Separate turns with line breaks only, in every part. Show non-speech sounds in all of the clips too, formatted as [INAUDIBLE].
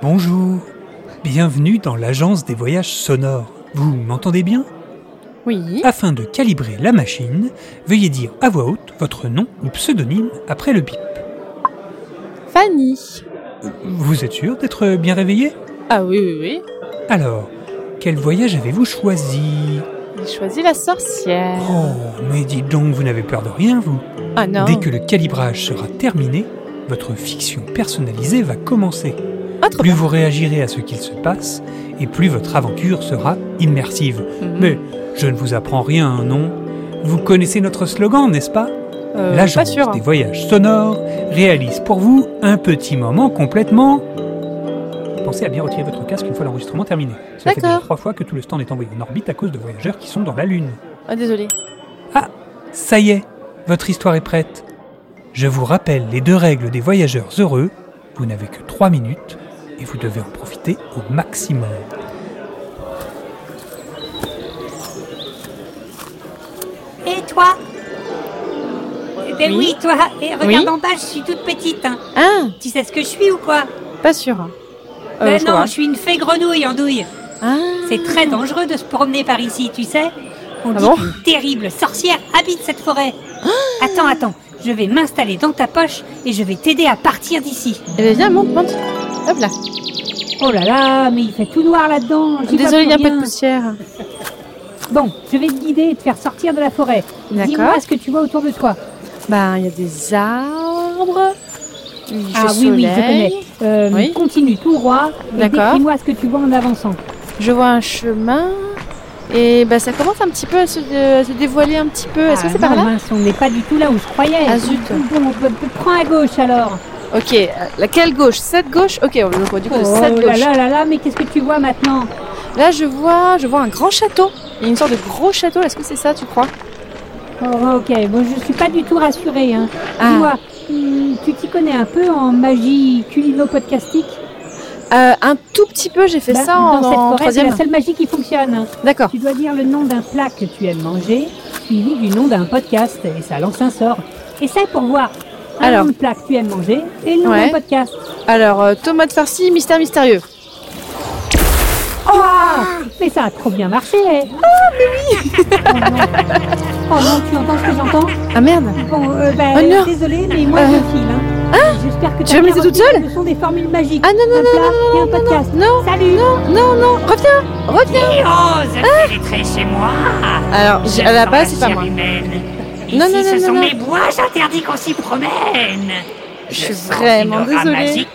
Bonjour, bienvenue dans l'agence des voyages sonores. Vous m'entendez bien
Oui.
Afin de calibrer la machine, veuillez dire à voix haute votre nom ou pseudonyme après le bip. Euh,
Fanny.
Vous êtes sûr d'être bien réveillé
Ah oui, oui, oui.
Alors, quel voyage avez-vous choisi
J'ai choisi la sorcière.
Oh, mais dites donc, vous n'avez peur de rien, vous
Ah non.
Dès que le calibrage sera terminé, votre fiction personnalisée va commencer.
Ah, trop
Plus
bien.
vous réagirez à ce qu'il se passe, et plus votre aventure sera immersive.
Mhm.
Mais je ne vous apprends rien, non Vous connaissez notre slogan, n'est-ce pas
Euh, pas
L'agence
sûr.
des voyages sonores réalise pour vous un petit moment complètement. Pensez à bien retirer votre casque une fois l'enregistrement terminé. Ça fait
D'accord.
déjà trois fois que tout le stand est envoyé en orbite à cause de voyageurs qui sont dans la Lune.
Ah désolé.
Ça y est, votre histoire est prête. Je vous rappelle les deux règles des voyageurs heureux. Vous n'avez que trois minutes et vous devez en profiter au maximum.
Et toi Ben oui, toi. Et regarde
Oui.
en bas, je suis toute petite. hein.
Ah,
Tu sais ce que je suis ou quoi
pas sûr. Euh,
Ben
je
non,
vois.
je suis une fée grenouille en douille.
Ah.
C'est très dangereux de se promener par ici, tu sais. On
Ah
dit
bon Ah
qu'une terrible sorcière habite cette forêt. Attends, attends. Je vais m'installer dans ta poche et je vais t'aider à partir d'ici.
Eh bien, viens, monte, monte. Hop là.
Oh là là, mais il fait tout noir là-dedans. j'y vois
Désolé, il
plus
n'y a pas de
rien.
poussière.
Bon, je vais te guider et te faire sortir de la forêt. Dis-moi
D'accord.
ce que tu vois autour de toi.
Bah, il y a des arbres. Il
Ah
fait
oui, oui, je
soleil.
connais. Euh,
Oui.
Continue tout droit. et
D'accord. Euh,
Décris-moi ce que tu vois en avançant.
Je vois un chemin. Et bah, ça commence un petit peu à se, à se dévoiler un petit peu. Est-ce que
Ah
c'est par
non,
là
mince, on n'est pas du tout là où je croyais.
Ah, zut.
Bon, p- p- prends à gauche alors.
Ok, euh, laquelle gauche Cette gauche Ok, on donc, du coup, de cette
oh là
gauche.
là là là, mais qu'est-ce que tu vois maintenant
Là, je vois, je vois un grand château. Il y a une sorte de gros château. Est-ce que c'est ça, tu crois
Oh, Ok, bon, je suis pas du tout rassurée. Hein.
Ah.
Dis-moi, hum, tu t'y connais un peu en magie culino-podcastique
Euh, un tout petit peu. J'ai fait
Bah,
ça
Dans
en, en
cette forêt, c'est
troisième.
la seule magie qui fonctionne. hein.
D'accord.
Tu dois dire le nom d'un plat que tu aimes manger, suivi du nom d'un podcast, et ça lance un sort. Essaye pour voir. Un
Alors.
nom de plat que tu aimes manger et le nom
Ouais.
d'un podcast.
Alors, euh, tomate farcie, mystère mystérieux.
Ah Mais ça a trop bien marché
Oh,
Ah, mais oui [LAUGHS] oh, non. Oh non, tu entends ce que j'entends
Ah merde
Bon, euh, bah,
Oh non.
désolé, mais moi
Euh.
je file. Hein. J'espère que
Tu vas me laisser toute seule
Ce sont des formules magiques.
Ah non, non,
un
non,
plat et un
non, non,
podcast.
non,
Salut
non, non, reviens, reviens
Rose, pénétrez chez moi.
Alors, j'ai- à la base, c'est pas moi. Non,
Non,
non,
Ici,
non,
ce
non,
sont
non.
mes bois, j'interdis qu'on s'y promène.
Je suis
sens
vraiment
une aura
désolée.
magique.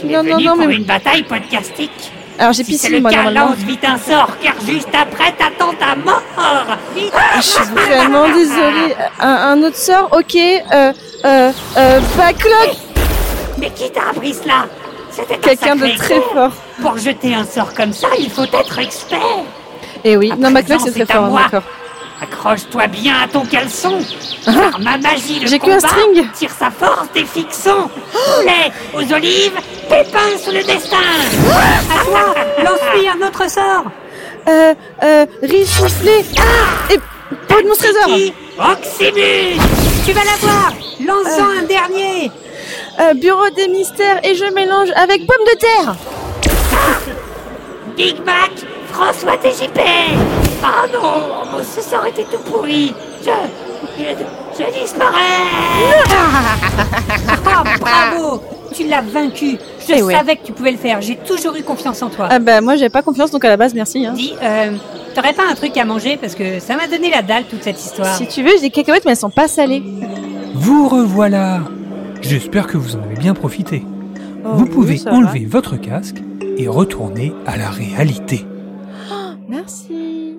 Tu
Non,
es
non,
venu
non,
pour
mais-
une bataille podcastique.
Alors, j'ai
Si c'est
piscine,
le
moi,
cas,
normalement.
lance vite un sort, car juste après, t'attends ta mort. Ah,
Je suis vraiment désolée. Un, un autre sort, ok. Euh, euh, euh, backlog
Mais qui t'a appris cela C'était un
Quelqu'un de
sacré
très
coup.
fort.
Pour jeter un sort comme ça, il faut être expert.
Eh oui,
À
non, backlog,
présent,
c'est
c'est
très
à
fort, hein,
moi.
d'accord. Ah.
Accroche-toi bien à ton caleçon. Car ma magie, le
J'ai que
combat,
un string.
tire sa force des fixons. Poulet aux olives, pépins sous le destin.
À toi Lance-lui un autre sort
Euh, euh, riz soufflé Ah, et peau de mon trésor.
Qui Oxybus
Tu vas l'avoir Lance-en un dernier
Euh, bureau des mystères et je mélange avec pomme de terre.
Big Mac François TJP Oh non mon- Ce sort était tout pourri Je... Je, je
[LAUGHS]
disparais
Ah, bravo Tu l'as vaincu Je
Eh ouais.
savais que tu pouvais le faire, j'ai toujours eu confiance en toi.
Ah bah moi j'avais pas confiance donc à la base merci. Hein.
Dis, euh, t'aurais pas un truc à manger Parce que ça m'a donné la dalle toute cette histoire.
Si tu veux j'ai des cacahuètes mais elles sont pas salées.
Vous revoilà J'espère que vous en avez bien profité.
Oh,
vous
oui,
pouvez
ça va.
enlever votre casque et retourner à la réalité.
Merci.